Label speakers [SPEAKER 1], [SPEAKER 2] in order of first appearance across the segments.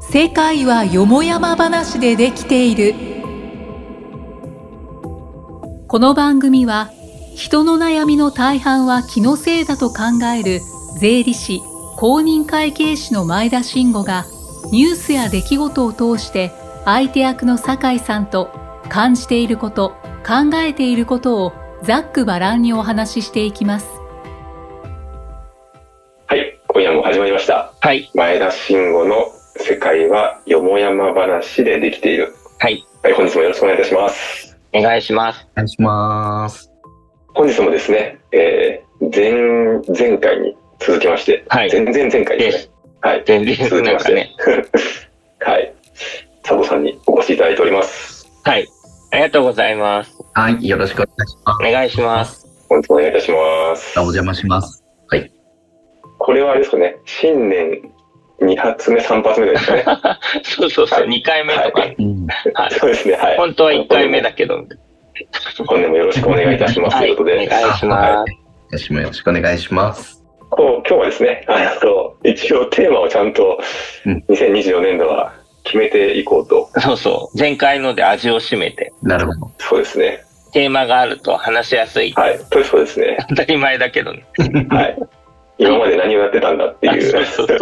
[SPEAKER 1] 世界はよもやま話でできているこの番組は人の悩みの大半は気のせいだと考える税理士公認会計士の前田慎吾がニュースや出来事を通して相手役の酒井さんと感じていること考えていることをざっくばらんにお話ししていきます
[SPEAKER 2] はい、今夜も始まりました。
[SPEAKER 3] はい、
[SPEAKER 2] 前田慎吾の世界はよもやま話でできている。
[SPEAKER 3] はい、
[SPEAKER 2] はい、本日もよろしくお願いいたします。
[SPEAKER 3] お願いします。
[SPEAKER 4] お願いします。
[SPEAKER 2] 本日もですね、えー、前、前回に続きまして、
[SPEAKER 3] はい
[SPEAKER 2] 前々前回ですね。はい、
[SPEAKER 3] 全然
[SPEAKER 2] 続き
[SPEAKER 3] なん
[SPEAKER 2] まし
[SPEAKER 3] か
[SPEAKER 2] て、
[SPEAKER 3] ね。
[SPEAKER 2] はい、佐藤さんにお越しいただいております。
[SPEAKER 3] はい、ありがとうございます。
[SPEAKER 4] はい、よろしくお願いしま
[SPEAKER 3] お願い します。
[SPEAKER 2] 本日もお願いいたします
[SPEAKER 4] す。お。邪魔します。
[SPEAKER 2] これはあれですかね、新年2発目、3発目ですかね。
[SPEAKER 3] そうそうそう、2回目とか、
[SPEAKER 2] はい
[SPEAKER 4] うん、
[SPEAKER 3] はい
[SPEAKER 2] そうですね、はい。
[SPEAKER 3] 本当は1回目だけど、
[SPEAKER 2] 本年もよろしくお願いいたします。と
[SPEAKER 3] は
[SPEAKER 2] いう
[SPEAKER 3] い、
[SPEAKER 2] こと
[SPEAKER 3] お
[SPEAKER 2] で、
[SPEAKER 3] 願いします。
[SPEAKER 4] 私もよろしくお願いします。
[SPEAKER 2] こう今日はですね、あの一応テーマをちゃんと
[SPEAKER 4] うん
[SPEAKER 2] 2024年度は決めていこうと、
[SPEAKER 3] そうそう、前回ので味を占めて、
[SPEAKER 4] なるほど。。
[SPEAKER 2] そうですね、
[SPEAKER 3] テーマがあると話しやすい。
[SPEAKER 2] はい、とそうですね、
[SPEAKER 3] 当たり前だけどね。
[SPEAKER 2] はい、今まで何をやってたんだって
[SPEAKER 3] あ
[SPEAKER 2] い
[SPEAKER 3] そう
[SPEAKER 2] う
[SPEAKER 3] そうそう。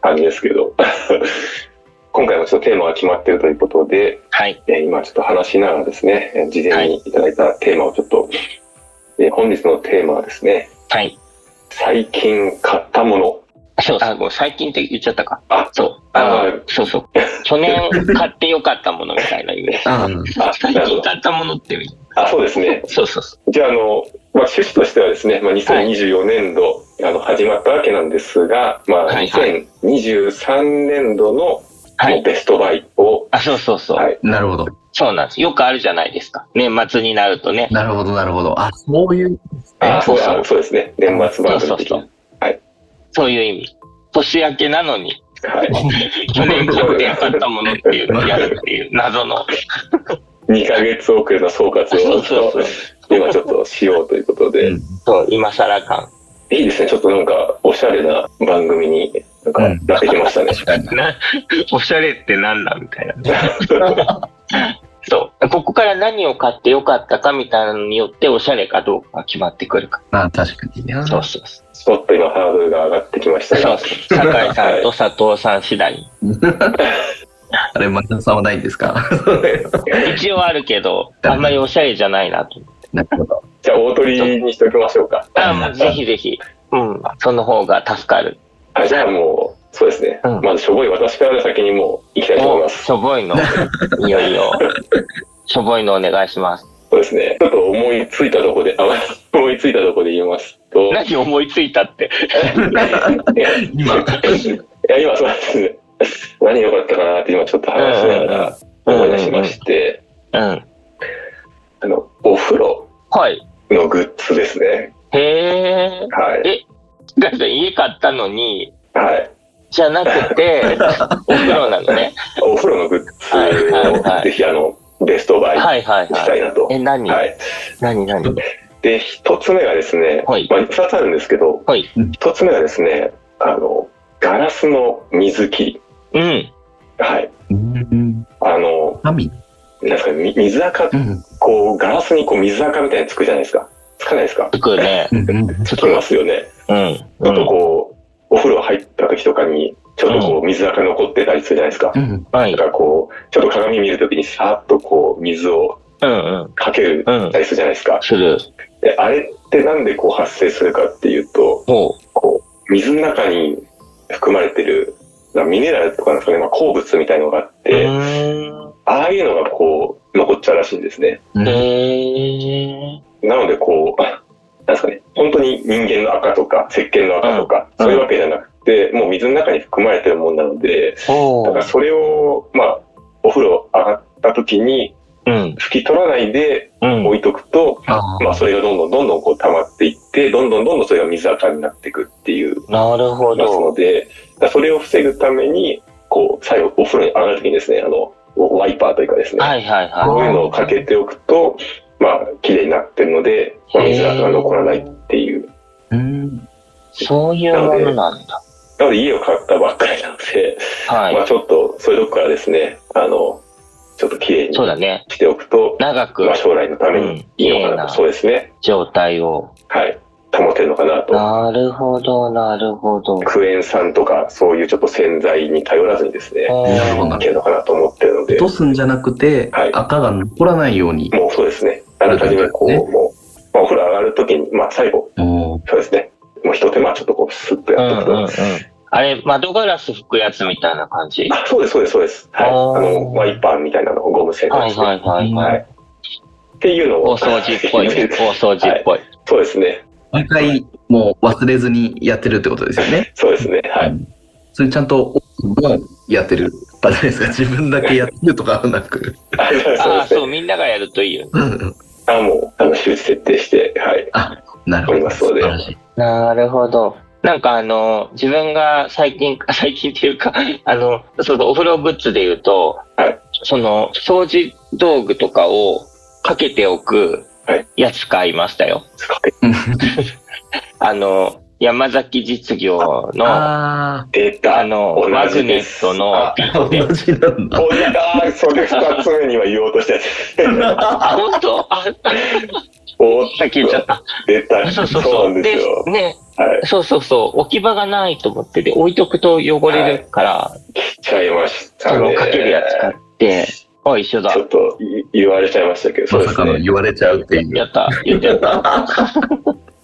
[SPEAKER 2] 感じですけど、 今回もちょっとテーマが決まってるということで、
[SPEAKER 3] はい、
[SPEAKER 2] えー今ちょっと話しながらですね、えー事前にいただいたテーマをちょっと、えー本日のテーマはですね、
[SPEAKER 3] はい。
[SPEAKER 2] 最近買ったもの、
[SPEAKER 3] そうあ、ごめん最近って言っちゃったか。
[SPEAKER 2] あ、
[SPEAKER 3] そう。あ
[SPEAKER 2] あ
[SPEAKER 3] の、そうそう。去年買ってよかったものみたいな意味で
[SPEAKER 4] あうん
[SPEAKER 2] あ
[SPEAKER 3] 最
[SPEAKER 2] なるほ
[SPEAKER 3] 近
[SPEAKER 2] ど
[SPEAKER 3] 買ったものって意味。
[SPEAKER 2] あ、そうですね、
[SPEAKER 3] そうそうそう。
[SPEAKER 2] じゃあ、あの、まあ、趣旨としてはですね、まあ、2024年度、あの、始まったわけなんですが、まあ、
[SPEAKER 3] はいはい
[SPEAKER 2] 2023年度の、
[SPEAKER 3] は
[SPEAKER 2] も。
[SPEAKER 3] いう
[SPEAKER 2] ベストバイを、
[SPEAKER 3] あ、そうそうそう。
[SPEAKER 2] はい
[SPEAKER 4] なるほど。
[SPEAKER 3] そうなんです。よくあるじゃないですか。年末になるとね。
[SPEAKER 4] なるほど、なるほど。あ、そういう。
[SPEAKER 2] あそう
[SPEAKER 3] そうそう
[SPEAKER 2] あそうですね、年末バイト
[SPEAKER 3] そうそ
[SPEAKER 2] の
[SPEAKER 3] う
[SPEAKER 2] 時
[SPEAKER 3] そう。
[SPEAKER 2] はい。
[SPEAKER 3] そういう意味。年明けなの に、
[SPEAKER 2] はい。
[SPEAKER 3] 去年買ってよかったものっていうのをやるっていう謎の。
[SPEAKER 2] 2ヶ月遅れの総括
[SPEAKER 3] そうそうそ
[SPEAKER 2] を
[SPEAKER 3] う、。
[SPEAKER 2] 今ちょっとしようということで、
[SPEAKER 4] うん
[SPEAKER 3] そう、今更感。
[SPEAKER 2] いいですね、ちょっとなんか、おしゃれな番組に、なんか、
[SPEAKER 4] うん
[SPEAKER 2] なってきましたね。
[SPEAKER 4] 確かに。
[SPEAKER 3] な、おしゃれってなんだみたいな。 そう。ここから何を買ってよかったかみたいなのによって、おしゃれかどうかが決まってくるか。
[SPEAKER 4] まあ、確かにね。
[SPEAKER 3] そうそうそう。
[SPEAKER 2] ちょっと今、ハードルが上がってきました
[SPEAKER 3] そうそう
[SPEAKER 2] が、。
[SPEAKER 3] 酒井さんと佐藤さん次第。
[SPEAKER 4] あれ、前田さんはないんですか
[SPEAKER 3] 一応あるけど、あんまりおしゃれじゃないなと。
[SPEAKER 4] なるほど。
[SPEAKER 2] じゃあ、大鳥にしておきましょうか。
[SPEAKER 3] あ、もうぜひぜひ。うん。その方が助かる。
[SPEAKER 2] あじゃあもう、そうですね。
[SPEAKER 3] うん
[SPEAKER 2] まず、しょぼい私から先にもう行きたいと思い
[SPEAKER 3] お、
[SPEAKER 2] ます。
[SPEAKER 3] しょぼい の。いよいよ。しょぼいのお願いします。
[SPEAKER 2] そうですね。ちょっと思いついたとこで、あ、思いついたとこで言いますと、
[SPEAKER 3] 何思いついたって。
[SPEAKER 2] いや、い
[SPEAKER 4] 今、
[SPEAKER 2] や今そうですね。何良かったかなって今ちょっと話しながら思い出しまして、
[SPEAKER 3] うん。
[SPEAKER 2] あの、お風呂
[SPEAKER 3] はい。
[SPEAKER 2] のグッズですね。
[SPEAKER 3] へえ。
[SPEAKER 2] はい。
[SPEAKER 3] だって家買ったのに、
[SPEAKER 2] はい。
[SPEAKER 3] じゃなく て、お風呂なのね。
[SPEAKER 2] お風呂のグ
[SPEAKER 3] はいはい
[SPEAKER 2] ッズ
[SPEAKER 3] は
[SPEAKER 2] を、
[SPEAKER 3] い
[SPEAKER 2] ぜひあの、ベストバイ
[SPEAKER 3] はいはい
[SPEAKER 2] した
[SPEAKER 3] はいい。
[SPEAKER 2] なと。
[SPEAKER 3] え、何
[SPEAKER 2] はい。
[SPEAKER 3] 何何
[SPEAKER 2] で、一つ目がですね、
[SPEAKER 3] はい
[SPEAKER 2] まあ、二つあるんですけど、
[SPEAKER 3] はい
[SPEAKER 2] 一つ目がですね、あの、ガラスの水切り。
[SPEAKER 3] うん。
[SPEAKER 2] はい。
[SPEAKER 4] うん。
[SPEAKER 2] あの、
[SPEAKER 4] 神
[SPEAKER 2] なんですかね、み水垢
[SPEAKER 4] う、ん。
[SPEAKER 2] こう、ガラスにこう水垢みたいにつくじゃないですか。つかないですか
[SPEAKER 3] つくね。
[SPEAKER 4] うんうん。
[SPEAKER 2] つきますよね。
[SPEAKER 3] うん。
[SPEAKER 2] ちょっとこう、お風呂入った時とかに、ちょっとこう、水垢残ってたりするじゃないですか。
[SPEAKER 4] うん。
[SPEAKER 3] はい
[SPEAKER 2] だ。からこう、ちょっと鏡見るときにさーっとこう、水を
[SPEAKER 3] うん
[SPEAKER 2] かける
[SPEAKER 3] うん。うん
[SPEAKER 2] た。りするじゃないですか。
[SPEAKER 3] する。
[SPEAKER 2] で、あれってなんでこう発生するかっていうと、
[SPEAKER 3] ほ
[SPEAKER 2] こう、水の中に含まれてる、まあミネラルとかなんですかね、まあ、鉱物みたいのがあっ
[SPEAKER 3] う。う
[SPEAKER 2] て、
[SPEAKER 3] ーん。
[SPEAKER 2] ああいうのがこう、残っちゃうらしいんですね。
[SPEAKER 4] うん
[SPEAKER 3] へえ。
[SPEAKER 2] なのでこう、 あなんですかね、本当に人間の赤とか、石鹸の赤とか、
[SPEAKER 3] うん
[SPEAKER 2] そういうわけじゃなくて、もう水の中に含まれてるもんなので、
[SPEAKER 3] ほ
[SPEAKER 2] だから
[SPEAKER 3] う。
[SPEAKER 2] それを、まあ、お風呂上がった時に
[SPEAKER 3] うん。
[SPEAKER 2] 拭き取らないで
[SPEAKER 3] うん。
[SPEAKER 2] 置いとくと、
[SPEAKER 4] あ
[SPEAKER 2] まあそれがどんどんどんどんこう溜まっていって、どんどんどんどんそれが水垢になっていくっていう
[SPEAKER 3] なるほ
[SPEAKER 2] ます
[SPEAKER 3] ど。
[SPEAKER 2] ので、だからそれを防ぐために、こう、最後、お風呂に上がるときにですね、あの、ワイパーというかですね、
[SPEAKER 3] はいはいはい。
[SPEAKER 2] こういうのをかけておくと、まあ、綺麗になってるので、まあ水垢が残らないっていう。
[SPEAKER 4] あ。うん。
[SPEAKER 3] そういうものなんだ。
[SPEAKER 2] なので家を買ったばっかりなので、
[SPEAKER 3] はい。
[SPEAKER 2] まあちょっとそういうとこからですね、あの、ちょっと綺麗に
[SPEAKER 3] そうだね。
[SPEAKER 2] しておくと、
[SPEAKER 3] 長く
[SPEAKER 2] まあ将来のためにいいのかなと、
[SPEAKER 3] うん
[SPEAKER 2] そうですね。
[SPEAKER 3] 状態を。
[SPEAKER 2] はい。保てるのかなと。
[SPEAKER 3] なるほど、なるほど。
[SPEAKER 2] クエン酸とか、そういうちょっと洗剤に頼らずにですね、
[SPEAKER 4] なるほ
[SPEAKER 2] い
[SPEAKER 4] ど
[SPEAKER 2] けるのかなと思ってるので
[SPEAKER 4] 落、とすんじゃなくて、
[SPEAKER 2] はい
[SPEAKER 4] 赤が残らないように。
[SPEAKER 2] もうそうですね。あらかじめこう、
[SPEAKER 4] ね
[SPEAKER 2] もう、まあ、お風呂上がるときに、まあ最後、
[SPEAKER 4] おー
[SPEAKER 2] そうですね。もう一手間ちょっとこう、スッと
[SPEAKER 3] うんう
[SPEAKER 2] やっ
[SPEAKER 3] ん
[SPEAKER 2] とくと。
[SPEAKER 3] うん。あれ、窓ガラス拭くやつみたいな感じ。
[SPEAKER 2] あそうです、そうです、そうです。はい。
[SPEAKER 3] あ
[SPEAKER 2] あ
[SPEAKER 3] ー
[SPEAKER 2] の、ワイパーみたいなのをゴム製の
[SPEAKER 3] は
[SPEAKER 2] や
[SPEAKER 3] い
[SPEAKER 2] つで。
[SPEAKER 3] はいはいはい。
[SPEAKER 2] はい。っていうのを。
[SPEAKER 3] 大掃除っぽいね。大掃除っぽい。
[SPEAKER 2] そうですね。
[SPEAKER 4] 毎回、もう忘れずにやってるってことですよね。
[SPEAKER 2] そうですね。はい。
[SPEAKER 4] い。それちゃんと、もやってる方ですか自分だけやってるとかはなく。
[SPEAKER 2] あそうです
[SPEAKER 3] ああ、
[SPEAKER 2] そうで
[SPEAKER 3] そう、みんながやるといいよね。
[SPEAKER 4] うん
[SPEAKER 2] す。あ、もう、あの、周知設定して、はい。
[SPEAKER 4] なるほ
[SPEAKER 2] 思い
[SPEAKER 4] ど。
[SPEAKER 2] ますので
[SPEAKER 4] 素晴らしい
[SPEAKER 3] なるほど。なんかあの、自分が最近、 最近っていうか、あの、そうそう、お風呂グッズで言うと、
[SPEAKER 2] はい
[SPEAKER 3] その、掃除道具とかをかけておく
[SPEAKER 2] はい
[SPEAKER 3] やつ買いましたよ。あの、山崎実業の、あ
[SPEAKER 4] あ
[SPEAKER 2] 出た。
[SPEAKER 3] の、
[SPEAKER 2] 同
[SPEAKER 3] マグ
[SPEAKER 2] じ
[SPEAKER 3] ネ
[SPEAKER 2] で
[SPEAKER 3] ッ
[SPEAKER 2] す
[SPEAKER 3] トの
[SPEAKER 2] あ、
[SPEAKER 4] あ、同じなんだ。
[SPEAKER 2] おいあーそれ二つ目には言おうとしたやつ。
[SPEAKER 3] あ、本当あ、
[SPEAKER 2] おー
[SPEAKER 3] さっき言っちゃった。
[SPEAKER 2] 出た。
[SPEAKER 3] そうそう
[SPEAKER 2] そう
[SPEAKER 3] そ
[SPEAKER 2] な
[SPEAKER 3] う。
[SPEAKER 2] んですよ。
[SPEAKER 3] ね、
[SPEAKER 2] はい。
[SPEAKER 3] そうそうそう、置き場がないと思ってて、置いとくと汚れるから、
[SPEAKER 2] 来ちゃいました
[SPEAKER 3] その
[SPEAKER 2] ね。
[SPEAKER 3] かけるやつ買って、あ、一緒だ
[SPEAKER 2] ちょ。っとい言われちゃいましたけど、そう
[SPEAKER 4] ま
[SPEAKER 2] で
[SPEAKER 4] さ
[SPEAKER 2] す
[SPEAKER 4] かの
[SPEAKER 2] ね。
[SPEAKER 4] 言われちゃうってい
[SPEAKER 3] や
[SPEAKER 4] う。
[SPEAKER 3] った、言ってやった。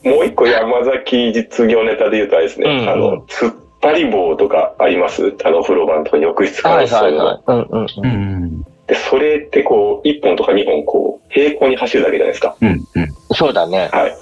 [SPEAKER 2] もう一個山崎実業ネタで言うとあれですね、
[SPEAKER 3] うん
[SPEAKER 2] あの、突っ張り棒とかありますあの、風呂場のとか浴室から
[SPEAKER 3] は い
[SPEAKER 2] そう
[SPEAKER 3] は
[SPEAKER 2] いう
[SPEAKER 3] い
[SPEAKER 2] の
[SPEAKER 3] はい。うんうんうん。
[SPEAKER 4] ん。
[SPEAKER 2] で、それってこう、1本とか2本こう、平行に走るだけじゃないですか。
[SPEAKER 4] うん。うん。
[SPEAKER 3] そうだね。
[SPEAKER 2] はい。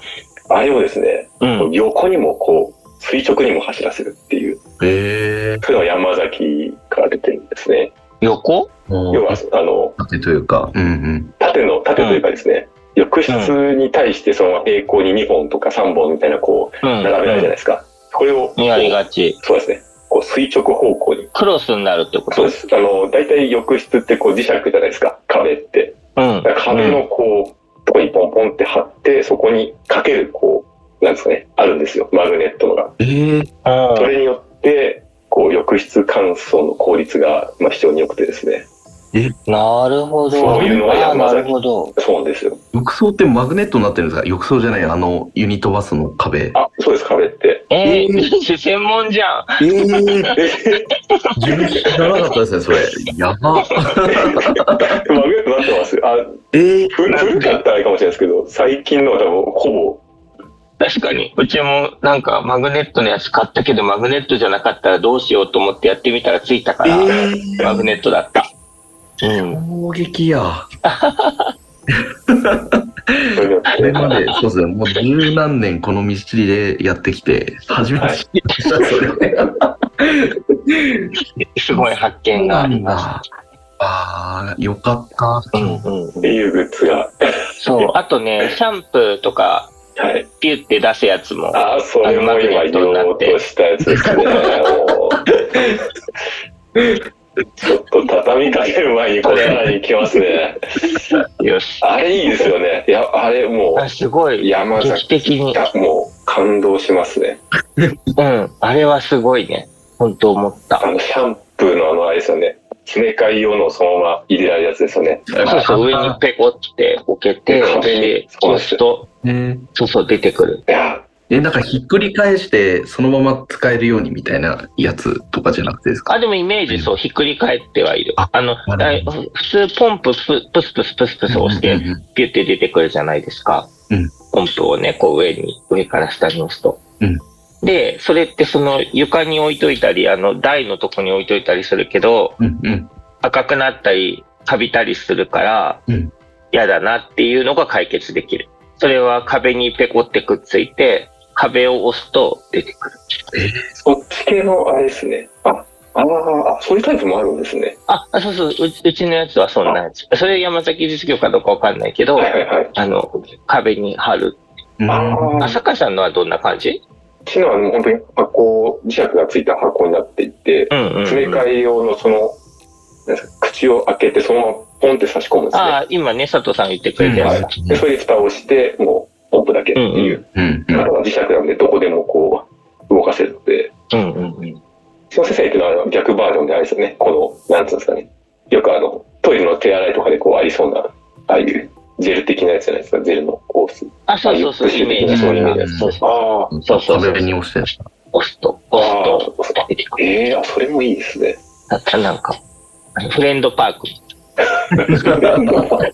[SPEAKER 2] あれをですね、
[SPEAKER 3] うん。
[SPEAKER 2] 横にもこう、垂直にも走らせるっていう、
[SPEAKER 4] ええ。
[SPEAKER 2] そういうのが山崎から出てるんですね。
[SPEAKER 3] 横
[SPEAKER 4] も
[SPEAKER 2] 要は
[SPEAKER 4] う、、
[SPEAKER 2] あの、
[SPEAKER 4] 縦というか。うんうん。
[SPEAKER 2] 縦の、縦というかですね、浴室に対してその平行に2本とか3本みたいなこ
[SPEAKER 3] う
[SPEAKER 2] う、並
[SPEAKER 3] ん。
[SPEAKER 2] べられるじゃないですか。これをこう、
[SPEAKER 3] うんやりがち。
[SPEAKER 2] そうですね。こう垂直方向に。
[SPEAKER 3] クロスになるってこ
[SPEAKER 2] そう
[SPEAKER 3] と
[SPEAKER 2] です。あの、大体浴室ってこう磁石じゃないですか。壁って。
[SPEAKER 3] うん
[SPEAKER 2] だから壁のこう、とこにポンポンって貼って、そこにかける、こう、なんですかね、あるんですよ。マグネットのが。
[SPEAKER 4] ええ。
[SPEAKER 3] うん
[SPEAKER 2] それによって、こう、浴室乾燥の効率が、まあ、非常に良くてですね。
[SPEAKER 3] なるほど。
[SPEAKER 2] そういうのが
[SPEAKER 3] ああ、
[SPEAKER 2] 山
[SPEAKER 3] な
[SPEAKER 2] 崎
[SPEAKER 3] るほど。
[SPEAKER 2] そうなんですよ。
[SPEAKER 4] 浴槽ってマグネットになってるんですか浴槽じゃない、あの、ユニットバスの壁。
[SPEAKER 2] あ、そうです、壁って。
[SPEAKER 3] え
[SPEAKER 4] えー
[SPEAKER 3] ー、 専門じゃん。
[SPEAKER 4] ええ。自分知らなかったですね、それ。やば。
[SPEAKER 2] マグネットなってます。あ、
[SPEAKER 4] ええ。
[SPEAKER 2] ふ古かったらあれかもしれないですけど、最近のは多分、ほ
[SPEAKER 3] 確かに。うちもなんかマグネットのやつ買ったけど、マグネットじゃなかったらどうしようと思ってやってみたらついたから、マグネットだった。うん。
[SPEAKER 4] 攻撃や。
[SPEAKER 2] ぼ、それによっ
[SPEAKER 4] こ
[SPEAKER 2] て
[SPEAKER 4] れまで、そうですね、もう十何年この道でやってきて、初め て知りました、それ。
[SPEAKER 3] すごい発見がありまし
[SPEAKER 4] ああー、よかった。
[SPEAKER 3] た。うんうんうん
[SPEAKER 2] っていうグッズが、
[SPEAKER 3] そう。あとね、シャンプーとか、
[SPEAKER 2] はい。
[SPEAKER 3] ピュって出すやつも。
[SPEAKER 2] ああ、それも今言おうとしたやつですね。もうちょっと畳みかける前にこれらに来ますね。
[SPEAKER 3] よし。
[SPEAKER 2] あれいいですよね。いや、あれも
[SPEAKER 3] あすご
[SPEAKER 2] う、
[SPEAKER 3] い。
[SPEAKER 2] 山
[SPEAKER 3] 劇
[SPEAKER 2] 崎。
[SPEAKER 3] 的に
[SPEAKER 2] い。や、もう、感動しますね。
[SPEAKER 3] うん。あれはすごいね。本当思った。
[SPEAKER 2] あの、シャンプーのあの、あれですよね。詰め替え用のをそのまま入れられるやつですよね。
[SPEAKER 3] そうそう、上にペコって置けて、
[SPEAKER 2] 壁に
[SPEAKER 3] で、
[SPEAKER 2] そう
[SPEAKER 3] 押
[SPEAKER 2] です
[SPEAKER 3] すと、
[SPEAKER 4] え
[SPEAKER 3] そうそう、出てくる。
[SPEAKER 2] いや、
[SPEAKER 4] え、なんかひっくり返して、そのまま使えるようにみたいなやつとかじゃなくてですか
[SPEAKER 3] あ、でもイメージそう、ひっくり返ってはいる。
[SPEAKER 4] あ
[SPEAKER 3] あの、あ
[SPEAKER 4] なるほ
[SPEAKER 3] 普通ポンプププスプスプスプス押し
[SPEAKER 4] うん
[SPEAKER 3] て、
[SPEAKER 4] うん
[SPEAKER 3] ピュって出てくるじゃないですか。
[SPEAKER 4] うん
[SPEAKER 3] ポンプをね、こう上に、上から下に押すと。
[SPEAKER 4] うん
[SPEAKER 3] で、それってその床に置いといたり、あの台のとこに置いといたりするけど、
[SPEAKER 4] うんうん
[SPEAKER 3] 赤くなったり、錆びたりするから
[SPEAKER 4] うん、
[SPEAKER 3] 嫌だなっていうのが解決できる。それは壁にペコってくっついて、壁を押すと出てくる。
[SPEAKER 2] そっち系のあれですね。あ、ああ、そういうタイプもあるんですね。
[SPEAKER 3] あ、あそうそう、うちうちのやつはそんなやつ。それ山崎実業かどうかわかんないけど、
[SPEAKER 2] はいはいはい。
[SPEAKER 3] あの、壁に貼る。
[SPEAKER 4] うん。
[SPEAKER 2] あ
[SPEAKER 4] あ
[SPEAKER 2] あ、
[SPEAKER 3] 朝香さんのはどんな感じ
[SPEAKER 2] うちのはもう本当に箱、磁石がついた箱になっていて、
[SPEAKER 3] うんうんうん。
[SPEAKER 2] 詰め替え用のその、なんですか口を開けてそのままポンって差し込むんですね。
[SPEAKER 3] ああ、今ね、佐藤さん言ってくれたやつだ。
[SPEAKER 2] で、それで蓋をして、もう、ポンプだけっていう。
[SPEAKER 4] うんう
[SPEAKER 2] あ
[SPEAKER 4] ん。
[SPEAKER 2] とは磁石なんで、どこでもこう、動かせるので、
[SPEAKER 3] うんうんうん。
[SPEAKER 2] 消臭剤っていうのはあの逆バージョンであれですよね。この、なんつうんですかね。よくあの、トイレの手洗いとかでこうありそうな、ああいうジェル的なやつじゃないですか。ジェルのコース。
[SPEAKER 3] あ、そうそうそう、イメージ。
[SPEAKER 2] そういうイメージ
[SPEAKER 4] です
[SPEAKER 3] そうそううんそうそうそう。
[SPEAKER 4] 壁に押してる
[SPEAKER 3] 押すと、押す
[SPEAKER 2] あ
[SPEAKER 3] と、押すと出てくる。
[SPEAKER 2] ええあ、それもいいですね。
[SPEAKER 3] あとなんか、あのフレンドパーク。
[SPEAKER 2] 関口
[SPEAKER 3] フレンドパー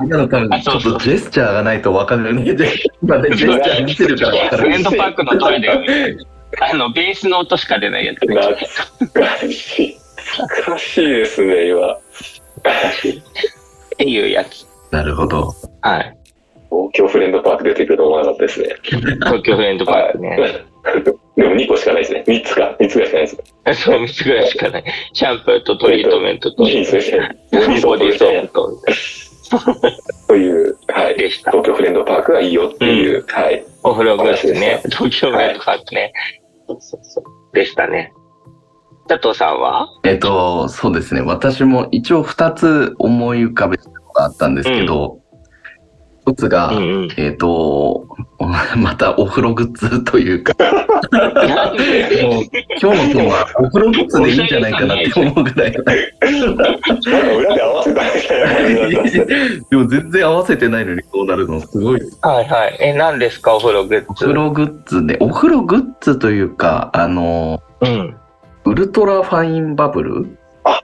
[SPEAKER 4] みんなのため
[SPEAKER 3] あ
[SPEAKER 4] に、ち
[SPEAKER 3] そ
[SPEAKER 4] ょ
[SPEAKER 3] う
[SPEAKER 4] っ
[SPEAKER 3] そう
[SPEAKER 4] とジェスチャーがない と分かるね。で今ね、ジェスチャー見てるから分か
[SPEAKER 3] ク。フ
[SPEAKER 4] る
[SPEAKER 3] レ。ンドパークのトイレがね、あの、ベースの音しか出ないやつ。
[SPEAKER 2] 懐かしい。懐かしいですね、今。
[SPEAKER 3] っていうやつ。
[SPEAKER 4] なるほど。
[SPEAKER 3] はい。
[SPEAKER 2] 東京フレンドパーク出てくると思わなかったですね。
[SPEAKER 3] 東京フレンドパークね。
[SPEAKER 2] でも2個しかないですね。3つか。3つぐらいしかないです。
[SPEAKER 3] そう、3つぐらいしかない。シャンプーとトリートメントと、ボ
[SPEAKER 2] いい
[SPEAKER 3] デ
[SPEAKER 2] ですね。
[SPEAKER 3] ィーソープと、
[SPEAKER 2] という、はい。
[SPEAKER 3] でした
[SPEAKER 2] 東京フレンドパークがいいよっていう、はい。
[SPEAKER 3] お風呂グラスね。東京フレンドパークね。そうそうそう。でしたね。佐藤さんは
[SPEAKER 4] えっと、そうですね。私も一応2つ思い浮かべたのがあったんですけど、一1つが、
[SPEAKER 3] うん うん。
[SPEAKER 4] えっと、 またお風呂グッズというか、
[SPEAKER 3] なんで
[SPEAKER 4] もう今日のテーマはお風呂グッズでいいんじゃないかなって思うぐらい。
[SPEAKER 2] なんか裏で合わせたみたいな感じになってますね。
[SPEAKER 4] でも全然合わせてないのにこうなるのすごい。
[SPEAKER 3] はいはい。え、何ですかお風呂グ
[SPEAKER 4] お
[SPEAKER 3] ッズ。
[SPEAKER 4] 風呂グッズで、お風呂グッズというか、あの、
[SPEAKER 3] うん。
[SPEAKER 4] ウルトラファインバブル
[SPEAKER 2] あ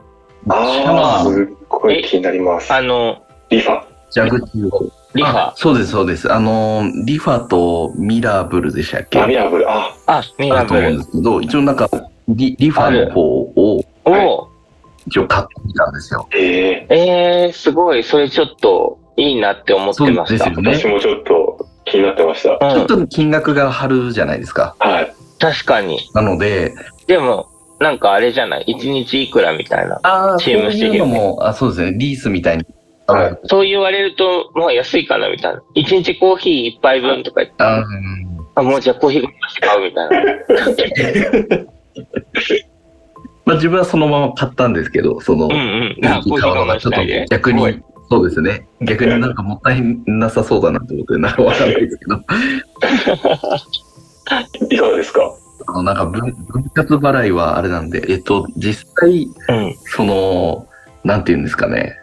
[SPEAKER 4] シャ
[SPEAKER 2] あ
[SPEAKER 4] ワ
[SPEAKER 2] ー、
[SPEAKER 4] ー、
[SPEAKER 2] すっごい気になります。
[SPEAKER 3] あの、
[SPEAKER 2] リファ。
[SPEAKER 4] 蛇口を。
[SPEAKER 3] リファ
[SPEAKER 4] あ。そうです、そうです。あの、リファとミラブルでしたっけ
[SPEAKER 2] ラミラブル。あ、
[SPEAKER 3] あ、ミ
[SPEAKER 4] あ
[SPEAKER 3] ラ
[SPEAKER 4] ると
[SPEAKER 3] ブ
[SPEAKER 4] 思うん
[SPEAKER 3] ル
[SPEAKER 4] ですけど、一応なんか、リリファの方を
[SPEAKER 3] を、
[SPEAKER 4] 一応買ってみたんですよ。
[SPEAKER 2] ええ
[SPEAKER 3] えー、すごい。それちょっと、いいなって思ってました。
[SPEAKER 4] そうです
[SPEAKER 2] 私
[SPEAKER 4] よね。
[SPEAKER 2] もちょっと気になってました。
[SPEAKER 4] ちょっ
[SPEAKER 3] うん。
[SPEAKER 4] と金額が張るじゃないですか。
[SPEAKER 2] はい。
[SPEAKER 3] 確かに。
[SPEAKER 4] なので、
[SPEAKER 3] でも、なんかあれじゃない一日いくらみたいな。
[SPEAKER 4] ああ、そ
[SPEAKER 3] チ
[SPEAKER 4] う
[SPEAKER 3] ームして
[SPEAKER 4] いうのも、あそうですね、リースみたいに。
[SPEAKER 2] はい
[SPEAKER 3] そう言われると、まあ安いかなみたいな。一日コーヒー一杯分とか言って、
[SPEAKER 4] あ
[SPEAKER 3] あ、もうじゃあコーヒー5杯買うみたいな。
[SPEAKER 4] まあ、自分はそのまま買ったんですけど、その、
[SPEAKER 3] うんうん。あ、コーヒー我慢
[SPEAKER 4] ち
[SPEAKER 3] し
[SPEAKER 4] ょっ
[SPEAKER 3] な
[SPEAKER 4] と
[SPEAKER 3] いで。
[SPEAKER 4] 逆
[SPEAKER 3] お
[SPEAKER 4] に
[SPEAKER 3] い、
[SPEAKER 4] そうですね。逆になんかもったいなさそうだなと思って、なんかわかんないですけど、
[SPEAKER 2] いかがですか
[SPEAKER 4] あの、なんか分分割払いはあれなんで、えっと、実際、
[SPEAKER 3] うん。
[SPEAKER 4] その、なんて言うんですかね、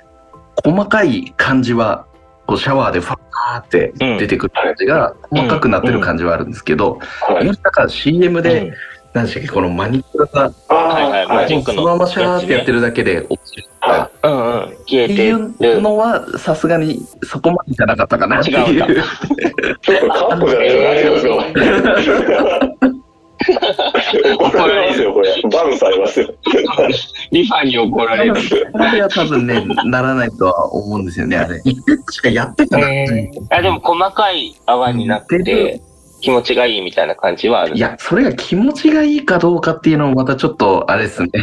[SPEAKER 4] 細かい感じは、こうシャワーでファーって出てくる感じが、
[SPEAKER 3] うん
[SPEAKER 4] 細かくなってる感じはあるんですけど、
[SPEAKER 2] はい。
[SPEAKER 4] なんか CM で、
[SPEAKER 3] うん
[SPEAKER 4] 何でしたっけ、このマニキュアが、
[SPEAKER 2] あ
[SPEAKER 3] はいはい
[SPEAKER 2] あ、
[SPEAKER 3] マジ
[SPEAKER 2] い。
[SPEAKER 3] ンク
[SPEAKER 4] そ
[SPEAKER 3] の
[SPEAKER 4] のままシャーってやってるだけで落ちるとか、
[SPEAKER 3] うんうん。消え
[SPEAKER 4] ってい
[SPEAKER 3] て
[SPEAKER 4] う
[SPEAKER 3] る。
[SPEAKER 4] のは、さすがにそこまでじゃなかったかなって
[SPEAKER 3] 違
[SPEAKER 4] いうう。
[SPEAKER 3] んだ
[SPEAKER 2] ちょっとカットじゃないですか。大丈夫ですか怒られますよ、これ。バンされますよ。
[SPEAKER 3] リファに怒られる。
[SPEAKER 4] あれは多分ね、ならないとは思うんですよね、あれ。しかやってたなっていう
[SPEAKER 3] あでも細かい泡になっ
[SPEAKER 4] う
[SPEAKER 3] て
[SPEAKER 4] んで、
[SPEAKER 3] 気持ちがいいみたいな感じはある。
[SPEAKER 4] いや、それが気持ちがいいかどうかっていうのもまたちょっと、あれですね。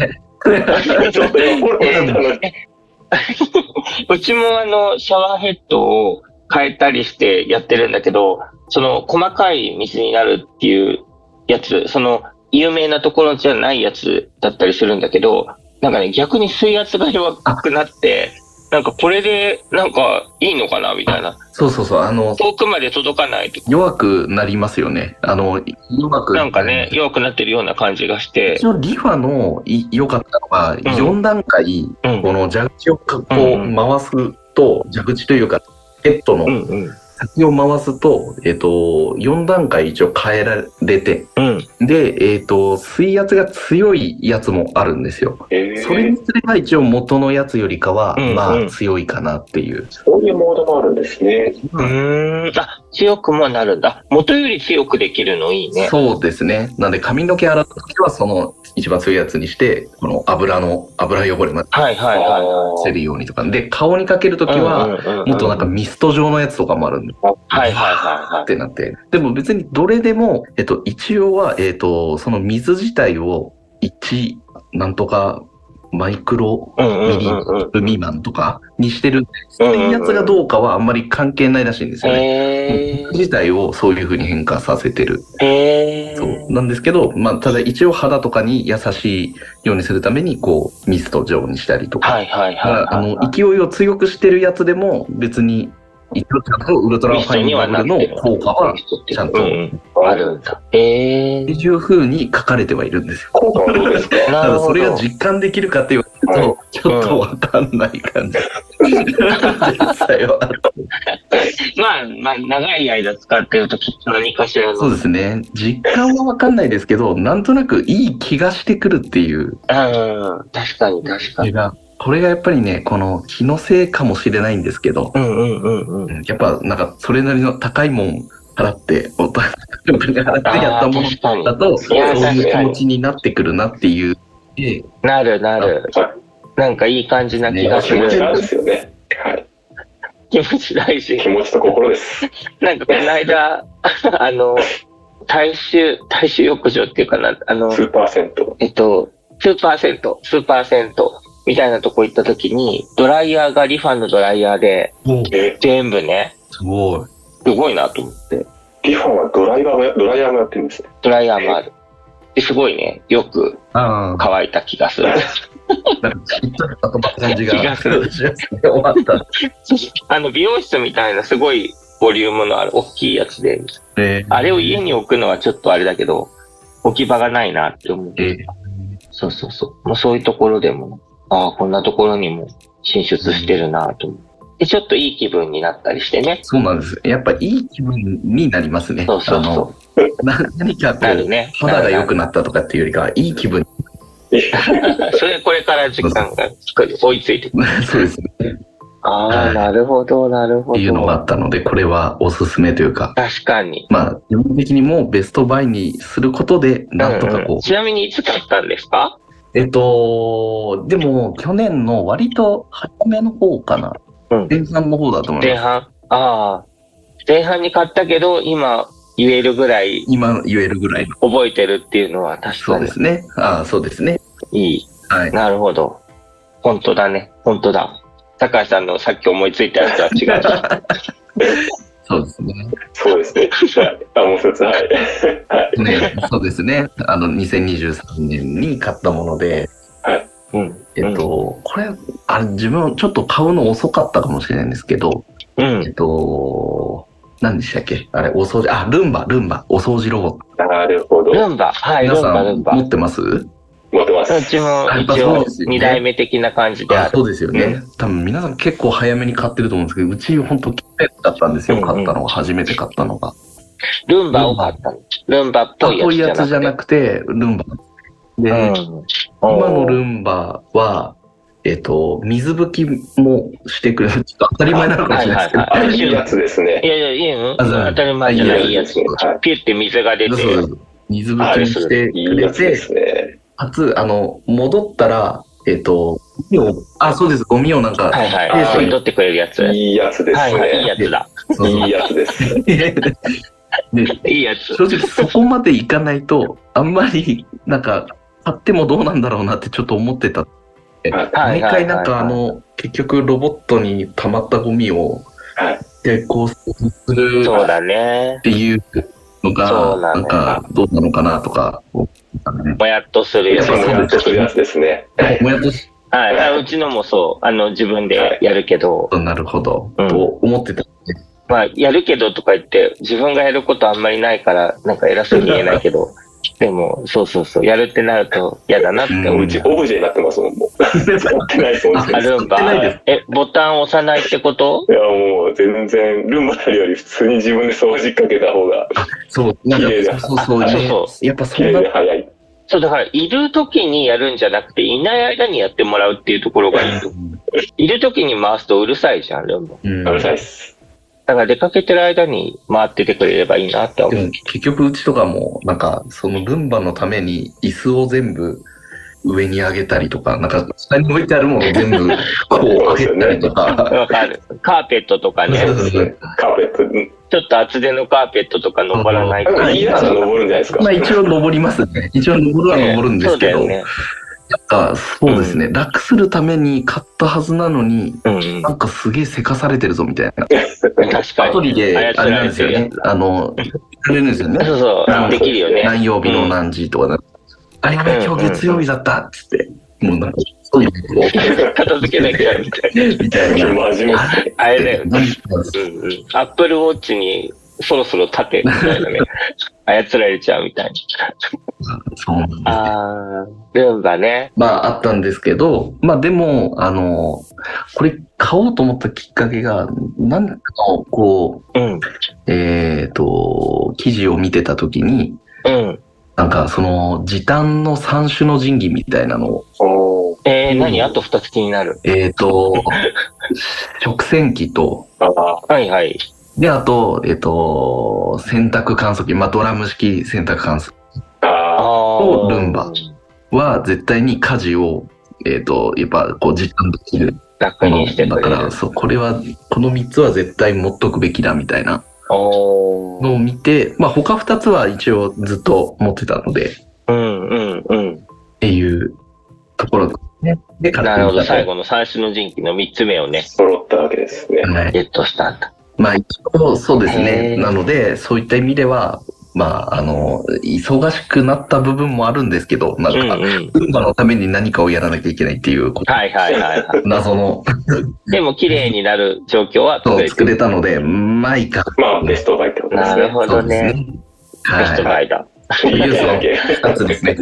[SPEAKER 2] ちょっと怒られたのに。
[SPEAKER 3] うちもあの、シャワーヘッドを変えたりしてやってるんだけど、その細かい水になるっていうやつ、その有名なところじゃないやつだったりするんだけど、なんかね、逆に水圧が弱くなって、なんかこれで、なんかいいのかなみたいな。
[SPEAKER 4] そうそうそう、あの、
[SPEAKER 3] 遠くまで届かないとか、
[SPEAKER 4] 弱くなりますよね。あの、弱く。
[SPEAKER 3] なんかね、弱くなってるような感じがして
[SPEAKER 4] 一。応リファのい良かったのは、4段階、
[SPEAKER 3] うん。
[SPEAKER 4] この蛇口をこう
[SPEAKER 3] うん
[SPEAKER 4] 回すと、蛇口というか、ヘッド
[SPEAKER 3] う
[SPEAKER 4] の
[SPEAKER 3] んうん。
[SPEAKER 4] 先を回すと、えっと、4段階一応変えられて、
[SPEAKER 3] うん。
[SPEAKER 4] で、えっと、水圧が強いやつもあるんですよ。
[SPEAKER 2] ええ
[SPEAKER 4] それにすれば一応元のやつよりかは、
[SPEAKER 3] うん
[SPEAKER 4] ま
[SPEAKER 3] うん
[SPEAKER 4] あ強いかなっていう。
[SPEAKER 2] そういうモードもあるんですね。
[SPEAKER 3] うーん。あ、強くもなるんだ。元より強くできるのいいね。
[SPEAKER 4] そうですね。なんで髪の毛洗った時はその一番強いやつにして、この油の、油汚れまで
[SPEAKER 3] はいはいはい。
[SPEAKER 4] 落せるようにとか。で、顔にかける時は、
[SPEAKER 3] は
[SPEAKER 4] もっとなんか、ミスト状のやつとかもあるんで、
[SPEAKER 3] はいはいはいは
[SPEAKER 4] っ
[SPEAKER 3] い。
[SPEAKER 4] てなって。でも別にどれでも、えっと、一応は、えっと、その水自体を1、なんとかマイクロ
[SPEAKER 3] うんう
[SPEAKER 4] ミ
[SPEAKER 3] ん
[SPEAKER 4] リ
[SPEAKER 3] うんうん。
[SPEAKER 4] 未満とかにしてるんで、
[SPEAKER 3] う
[SPEAKER 4] そ
[SPEAKER 3] んうんうん
[SPEAKER 4] ういうやつがどうかはあんまり関係ないらしいんですよ
[SPEAKER 3] へ
[SPEAKER 4] ね。自体をそういう風に変化させてる。
[SPEAKER 3] ー。へ
[SPEAKER 4] そ
[SPEAKER 3] ー
[SPEAKER 4] う。。なんですけど、まあ、ただ一応肌とかに優しいようにするために、こう、ミスト状にしたりとか。
[SPEAKER 3] はいはいはい
[SPEAKER 4] だから
[SPEAKER 3] はい。
[SPEAKER 4] あの、勢いを強くしてるやつでも、別に一応ちゃんとウルトラ
[SPEAKER 3] ミ
[SPEAKER 4] フ
[SPEAKER 3] スト
[SPEAKER 4] ァイ
[SPEAKER 3] に
[SPEAKER 4] ン
[SPEAKER 3] はな
[SPEAKER 4] バブ
[SPEAKER 3] っ
[SPEAKER 4] ル
[SPEAKER 3] て
[SPEAKER 4] の
[SPEAKER 3] る。
[SPEAKER 4] 効果は
[SPEAKER 3] ミストって
[SPEAKER 4] ちゃんと
[SPEAKER 3] うんうん
[SPEAKER 2] あ
[SPEAKER 3] あ
[SPEAKER 2] る
[SPEAKER 3] るんだ。ええ
[SPEAKER 4] っていう風に書かれてはいるんですよ。
[SPEAKER 2] 効果はどうですか
[SPEAKER 3] な
[SPEAKER 4] た
[SPEAKER 3] る
[SPEAKER 4] だそ
[SPEAKER 3] ほ
[SPEAKER 4] れが
[SPEAKER 3] ど。
[SPEAKER 4] 実感できるかって言われると、ちょっとわかんない感じ。実際は
[SPEAKER 3] まあ、まあ、長い間使ってるときっと何かしらの。
[SPEAKER 4] そうですね。実感はわかんないですけど、なんとなくいい気がしてくるっていう
[SPEAKER 3] うん、確かに確か
[SPEAKER 4] 気
[SPEAKER 3] に。
[SPEAKER 4] が、これがやっぱりね、この気のせいかもしれないんですけど、
[SPEAKER 3] うんうんうんうん。
[SPEAKER 4] やっぱなんかそれなりの高いもん払って、お金払ってやったもの
[SPEAKER 3] あー確かに。
[SPEAKER 4] だと、そう
[SPEAKER 3] いや
[SPEAKER 4] いう
[SPEAKER 3] 確
[SPEAKER 4] 気
[SPEAKER 3] かに
[SPEAKER 4] 持ちになってくるなっていう。で
[SPEAKER 3] なるなる。なんかいい感じな気がす
[SPEAKER 2] 気持ち
[SPEAKER 3] る。
[SPEAKER 2] なんですよね。はい。
[SPEAKER 3] 気持ち大事
[SPEAKER 2] 気。持ちと心です。
[SPEAKER 3] なんかこの間、 あの、大衆、大衆浴場っていうかな、あの、
[SPEAKER 2] 数パーセント。
[SPEAKER 3] えっと、数パーセント、数パーセントみたいなとこ行った時に、ドライヤーがリファンのドライヤーで、
[SPEAKER 2] え、
[SPEAKER 3] 全部ね、
[SPEAKER 4] すごい。
[SPEAKER 3] すごいなと思って。
[SPEAKER 2] リファンはドライバーもや、ドライヤーもやってるんですね。
[SPEAKER 3] ドライヤーもある。ですごいね、よく
[SPEAKER 4] ああ、
[SPEAKER 3] 乾いた気がする。
[SPEAKER 4] なんか、ちょっとまとまった感じ が。
[SPEAKER 3] 気がする
[SPEAKER 4] 終わった。
[SPEAKER 3] あの、美容室みたいなすごいボリュームのある大きいやつで、
[SPEAKER 4] で、
[SPEAKER 3] あれを家に置くのはちょっとあれだけど、置き場がないなって思う。
[SPEAKER 4] え
[SPEAKER 3] そうそうそう。もうそういうところでも、ああ、こんなところにも進出してるなと思う。で、ちょっといい気分になったりしてね。
[SPEAKER 4] そうなんです。やっぱいい気分になりますね。
[SPEAKER 3] そうそうそ
[SPEAKER 4] あのな何か
[SPEAKER 3] う。
[SPEAKER 4] こ
[SPEAKER 3] なる
[SPEAKER 4] う、
[SPEAKER 3] ね。
[SPEAKER 4] 肌が良く
[SPEAKER 3] な
[SPEAKER 4] なったとかっていうよりかは、いい気分。
[SPEAKER 3] る。それこれから時間が追いついてくる。
[SPEAKER 4] そうですね。
[SPEAKER 3] あ
[SPEAKER 4] は
[SPEAKER 3] あ、
[SPEAKER 4] い
[SPEAKER 3] なるほど、なるほ
[SPEAKER 4] っていうのがあ
[SPEAKER 3] ど。
[SPEAKER 4] ったので、これはおすすめというか、
[SPEAKER 3] 確かに。
[SPEAKER 4] まあ、基本的にもうベストバイにすることで、なんとか
[SPEAKER 3] うんう
[SPEAKER 4] こ
[SPEAKER 3] ん
[SPEAKER 4] う、
[SPEAKER 3] ちなみにいつ買ったんですか
[SPEAKER 4] えっと、でも、去年の割と早めの方かな。
[SPEAKER 3] うん
[SPEAKER 4] 前半の方だと思い
[SPEAKER 3] 前
[SPEAKER 4] ます。
[SPEAKER 3] 半。ああ。前半に買ったけど、今言えるぐらい
[SPEAKER 4] 今言えるぐらいの。
[SPEAKER 3] 覚えてるっていうのは確
[SPEAKER 4] そ
[SPEAKER 3] か
[SPEAKER 4] うで
[SPEAKER 3] に
[SPEAKER 4] すね。ああ、そうですね。
[SPEAKER 3] いい。
[SPEAKER 4] はい。
[SPEAKER 3] なるほど。本当だね。本当だ。高橋さんのさっき思いついたやつは違う。
[SPEAKER 4] そうですね。
[SPEAKER 2] そうですね。はい。あ、もう一つ、はい。
[SPEAKER 4] ね、そうですね。あの、2023年に買ったもので、
[SPEAKER 3] うん。
[SPEAKER 4] えっと、これ、あ自分、ちょっと買うの遅かったかもしれないんですけど、
[SPEAKER 3] う
[SPEAKER 4] え
[SPEAKER 3] ん。
[SPEAKER 4] っと、何でしたっけあれ、お掃除、あ、ルンバ、ルンバ、お掃除ロボット。
[SPEAKER 2] なるほど。
[SPEAKER 3] ルンバ。はい、ル
[SPEAKER 4] 皆
[SPEAKER 3] ン
[SPEAKER 4] さ
[SPEAKER 3] バ、ル
[SPEAKER 4] ん、
[SPEAKER 3] ンバ。
[SPEAKER 4] 持
[SPEAKER 3] う
[SPEAKER 4] ってます
[SPEAKER 2] 持ってます。
[SPEAKER 3] ちも
[SPEAKER 4] やっぱ
[SPEAKER 3] 一
[SPEAKER 4] そう
[SPEAKER 3] 応
[SPEAKER 4] ですよね
[SPEAKER 3] 二代目的な感じであ
[SPEAKER 4] あ
[SPEAKER 3] る。
[SPEAKER 4] そうですよね、多分皆さん結構早めに買ってると思うんですけど、うち本当、去年だったんです
[SPEAKER 3] う
[SPEAKER 4] よ、
[SPEAKER 3] んうん
[SPEAKER 4] 買ったのが、初めて買ったのが。
[SPEAKER 3] ルンバを買ったの。ルンバっぽい
[SPEAKER 4] こういう
[SPEAKER 3] や
[SPEAKER 4] や
[SPEAKER 3] つ
[SPEAKER 4] つ
[SPEAKER 3] じ
[SPEAKER 4] じ
[SPEAKER 3] ゃ
[SPEAKER 4] ゃ
[SPEAKER 3] な
[SPEAKER 4] な
[SPEAKER 3] く
[SPEAKER 4] くて、ルンバ。で、
[SPEAKER 3] て。うん
[SPEAKER 4] 今のル
[SPEAKER 3] ン
[SPEAKER 4] ンバは、えっと、水拭きもしてくれる。ちょっと当たり前なのかもしれないですけど。
[SPEAKER 3] はいはい
[SPEAKER 2] あ、
[SPEAKER 3] はい
[SPEAKER 2] いいやつですね
[SPEAKER 3] い。やいや、いいの
[SPEAKER 4] あそう
[SPEAKER 3] 当たり前じゃない、いいやつ。
[SPEAKER 2] は
[SPEAKER 3] ピュって水が出て。
[SPEAKER 4] そうそうそう水拭きもして
[SPEAKER 2] い。い
[SPEAKER 4] く
[SPEAKER 2] いや
[SPEAKER 4] れ
[SPEAKER 2] つで
[SPEAKER 4] て、
[SPEAKER 2] すね。
[SPEAKER 4] かつ、あの、戻ったら、えっと、ゴミをあ、そうです、ゴミをなんか、
[SPEAKER 3] はいはい。
[SPEAKER 2] あー
[SPEAKER 3] 吸い取ってくれるやつ。はい
[SPEAKER 2] いいやつです
[SPEAKER 3] はい、いい
[SPEAKER 2] ね。
[SPEAKER 3] やつだ。
[SPEAKER 4] そう
[SPEAKER 2] い
[SPEAKER 4] そう
[SPEAKER 2] いやつです。
[SPEAKER 4] で
[SPEAKER 3] いいやつ。
[SPEAKER 4] 正直そこまでいかないと、あんまり、なんか、買ってもどうなんだろうなってちょっと思ってた。
[SPEAKER 3] はい
[SPEAKER 4] 毎
[SPEAKER 3] はいはいはい
[SPEAKER 4] 回なんかあの、結局ロボットに溜まったゴミを
[SPEAKER 2] はい、
[SPEAKER 4] で、こうする
[SPEAKER 3] そうだね
[SPEAKER 4] っ。ていうの
[SPEAKER 3] そ
[SPEAKER 4] が、
[SPEAKER 3] うな
[SPEAKER 4] なんん
[SPEAKER 3] だ
[SPEAKER 4] か、どうなのかなとか、思ったんでね
[SPEAKER 3] もやっとするやつ。
[SPEAKER 2] そうやってするやつですね。はい。
[SPEAKER 4] もやっとし
[SPEAKER 3] はい、あうちのもそう、あの、自分でやるけど、
[SPEAKER 4] となるほど、
[SPEAKER 3] うん
[SPEAKER 4] と思ってた。
[SPEAKER 3] まあ、やるけどとか言って、自分がやることあんまりないから、なんか偉そうに言えないけど、 でも、そうそうそう、やるってなると嫌だなって思
[SPEAKER 2] う
[SPEAKER 3] う。
[SPEAKER 2] ちオブジェになってますもん、も う。使ってないですもんね。
[SPEAKER 4] ん
[SPEAKER 3] あ、ルンバ
[SPEAKER 4] 使ってないで
[SPEAKER 3] え、ボタン押さないってこと
[SPEAKER 2] いや、もう全然、ルンバより普通に自分で掃除かけた方が、
[SPEAKER 4] そう、なんか
[SPEAKER 2] 綺麗だ
[SPEAKER 4] そうそう、
[SPEAKER 3] あそう
[SPEAKER 4] ね
[SPEAKER 3] そ
[SPEAKER 4] やっぱそ
[SPEAKER 2] 綺
[SPEAKER 4] んな
[SPEAKER 2] 麗で、早い。
[SPEAKER 3] そう、だから、いる時にやるんじゃなくて、いない間にやってもらうっていうところがいいと思う。いる時に回すとうるさいじゃん、ルンバ。
[SPEAKER 4] うん
[SPEAKER 2] うるさいっす。
[SPEAKER 3] だから、出かけてる間に回っててくれればいいなって思
[SPEAKER 4] で
[SPEAKER 3] う。
[SPEAKER 4] も結局うちとかも、なんか、そのルンバのために椅子を全部上に上げたりとか、なんか下に置いてあるものを全部こう上げたりとか、
[SPEAKER 3] わかる。カーペットとかね
[SPEAKER 4] そ、うそうそう
[SPEAKER 2] カーペットうん、
[SPEAKER 3] ちょっと厚手のカーペットとか登らないと
[SPEAKER 2] あいいやつは登るんじゃないですか。
[SPEAKER 4] まあ一応登りますね。一応登るは登るんですけど、
[SPEAKER 3] ね
[SPEAKER 4] なんかそうですね、楽するために買ったはずなのに、
[SPEAKER 3] そうだよね。うん
[SPEAKER 4] なんかすげえせかされてるぞみたいな。
[SPEAKER 3] うん。確か
[SPEAKER 4] 一
[SPEAKER 3] に。
[SPEAKER 4] 人で、あ
[SPEAKER 3] 操
[SPEAKER 4] れ
[SPEAKER 3] ら
[SPEAKER 4] なん
[SPEAKER 3] れ
[SPEAKER 4] です
[SPEAKER 3] て
[SPEAKER 4] よ
[SPEAKER 3] るや
[SPEAKER 4] ね
[SPEAKER 3] つ。
[SPEAKER 4] あの、言われるんですよね。
[SPEAKER 3] そうそうう、
[SPEAKER 2] ん
[SPEAKER 3] できるよね。
[SPEAKER 4] 何曜日の何時とかなあれが今日月曜日だったっつって。もうなんか、そういうの
[SPEAKER 3] 片付けなきゃみたいな。
[SPEAKER 4] みたい
[SPEAKER 2] 真
[SPEAKER 4] な。
[SPEAKER 2] 面目ですね。
[SPEAKER 3] あれだよね。
[SPEAKER 4] なんか
[SPEAKER 3] うんうん。アップルウォッチにそろそろ立てみたいなね。 操られちゃうみたい
[SPEAKER 4] そうなんです
[SPEAKER 3] な。あー、ルンバね。
[SPEAKER 4] まあ、あったんですけど、まあでも、あの、これ買おうと思ったきっかけが、なんかの、こ
[SPEAKER 3] うん。
[SPEAKER 4] う、えっ、と、記事を見てた時に、
[SPEAKER 3] うん。
[SPEAKER 4] なんかその時短の三種の神器みたいなのを、
[SPEAKER 2] おー
[SPEAKER 3] えー、何
[SPEAKER 4] うん
[SPEAKER 3] あと二つ気になる。
[SPEAKER 4] え っ、と、食洗機と、
[SPEAKER 2] あ
[SPEAKER 3] はいはい。
[SPEAKER 4] で、あと、えっ、と、洗濯乾燥機、まあドラム式洗濯乾燥
[SPEAKER 2] ーあ
[SPEAKER 3] あー。
[SPEAKER 4] ルンバは絶対に家事を、えっ、と、やっぱこう時短できる
[SPEAKER 3] 楽にしてく
[SPEAKER 4] だ
[SPEAKER 3] れ
[SPEAKER 4] か
[SPEAKER 3] る。
[SPEAKER 4] ら、そう、これは、この3つは絶対持っとくべきだみたいな
[SPEAKER 3] おー
[SPEAKER 4] のを見て、まあ他2つは一応ずっと持ってたので、っ
[SPEAKER 3] うんうんうん。
[SPEAKER 4] ていうところですね。で、買
[SPEAKER 3] な
[SPEAKER 4] って
[SPEAKER 3] る
[SPEAKER 4] み
[SPEAKER 3] ほど。
[SPEAKER 4] たと
[SPEAKER 3] 最後の三種の神器の三つ目をね、
[SPEAKER 2] 揃ったわけですね。
[SPEAKER 4] はい。
[SPEAKER 3] ゲットしたんだ。
[SPEAKER 4] まあ一応そうです
[SPEAKER 3] へ
[SPEAKER 4] ね。
[SPEAKER 3] ー
[SPEAKER 4] なので、そういった意味では、まああの、忙しくなった部分もあるんですけど、な
[SPEAKER 3] うん
[SPEAKER 4] か、
[SPEAKER 3] ん。
[SPEAKER 4] 群馬のために何かをやらなきゃいけないっていう、こ
[SPEAKER 3] はいはいはいは
[SPEAKER 4] う謎の
[SPEAKER 3] い。でも、綺麗になる状況は
[SPEAKER 4] を
[SPEAKER 3] 続いて
[SPEAKER 4] 作
[SPEAKER 3] る。
[SPEAKER 4] れたので、まあいいか。
[SPEAKER 2] まあ、ベストバイってことです
[SPEAKER 3] なる
[SPEAKER 2] ね。
[SPEAKER 3] ほどね。
[SPEAKER 4] そうですね。
[SPEAKER 3] ベスト
[SPEAKER 4] は
[SPEAKER 3] バイだ。
[SPEAKER 4] い。
[SPEAKER 2] いいですね。
[SPEAKER 4] 二つですね。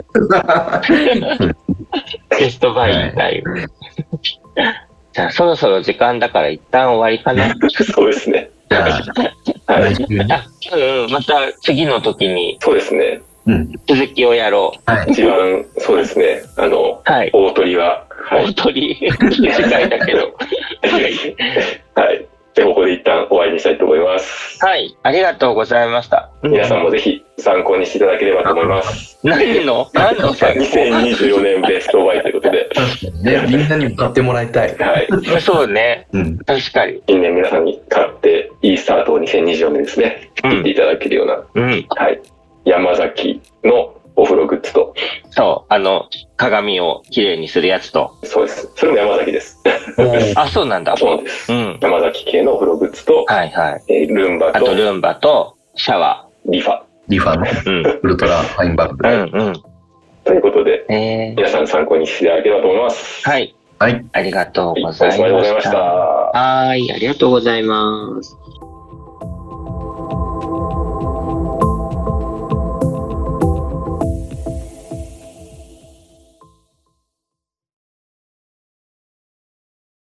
[SPEAKER 3] ベストバイだよ。じゃあ、そろそろ時間だから一旦終わりかな。
[SPEAKER 2] そうですね。
[SPEAKER 4] じゃあ、
[SPEAKER 2] は
[SPEAKER 4] 来
[SPEAKER 2] い。
[SPEAKER 4] 週に。
[SPEAKER 3] あうん、また次の時に
[SPEAKER 2] そうですね。
[SPEAKER 4] うん。
[SPEAKER 3] 続きをやろう。
[SPEAKER 4] はい。
[SPEAKER 2] 一番、そうですね。あの、
[SPEAKER 3] はい。
[SPEAKER 2] 大鳥は、は
[SPEAKER 3] 大
[SPEAKER 2] い。
[SPEAKER 3] 鳥、 短いだけど。
[SPEAKER 2] はい。で、ここで一旦終わりにしたいと思います。
[SPEAKER 3] はい、ありがとうございました。
[SPEAKER 2] 皆さんもぜひ参考にしていただければと思います。
[SPEAKER 3] 何の何の参考
[SPEAKER 2] 2024年ベストバイということで、
[SPEAKER 4] 確かにね、みんなにも買ってもらいたい。
[SPEAKER 2] はい。
[SPEAKER 3] そうね、
[SPEAKER 4] うん。
[SPEAKER 3] 確かに。
[SPEAKER 2] 近年皆さんに買って、いいスタートを2024年ですね、
[SPEAKER 3] う
[SPEAKER 2] 切って
[SPEAKER 3] ん、
[SPEAKER 2] いただけるような、
[SPEAKER 3] うん、
[SPEAKER 2] はい。山崎のお風呂グッズと、
[SPEAKER 3] そう、あの、鏡をきれいにするやつと。
[SPEAKER 2] そうです。それも山崎です。
[SPEAKER 4] お
[SPEAKER 3] あ、そうなんだ。
[SPEAKER 2] そうです。
[SPEAKER 3] うん。
[SPEAKER 2] 山崎系のお風呂グッズと、
[SPEAKER 3] はいはい。
[SPEAKER 2] えールンバ
[SPEAKER 3] あと、
[SPEAKER 2] と
[SPEAKER 3] ルンバとシャワ
[SPEAKER 2] リファ。
[SPEAKER 4] リファの
[SPEAKER 3] ー。うん。
[SPEAKER 4] ウルトラファインバッグ。
[SPEAKER 3] うん、
[SPEAKER 2] ということで、
[SPEAKER 3] うん。えー、
[SPEAKER 2] 皆さん参考にしていただければと思います。。
[SPEAKER 3] はいい、
[SPEAKER 4] はい。
[SPEAKER 3] ありがとう
[SPEAKER 2] お
[SPEAKER 3] ご
[SPEAKER 2] 疲
[SPEAKER 3] ざい
[SPEAKER 2] れ様で
[SPEAKER 3] ま
[SPEAKER 2] ございま
[SPEAKER 3] し。
[SPEAKER 2] したた。
[SPEAKER 3] はーい、ありがとうございます。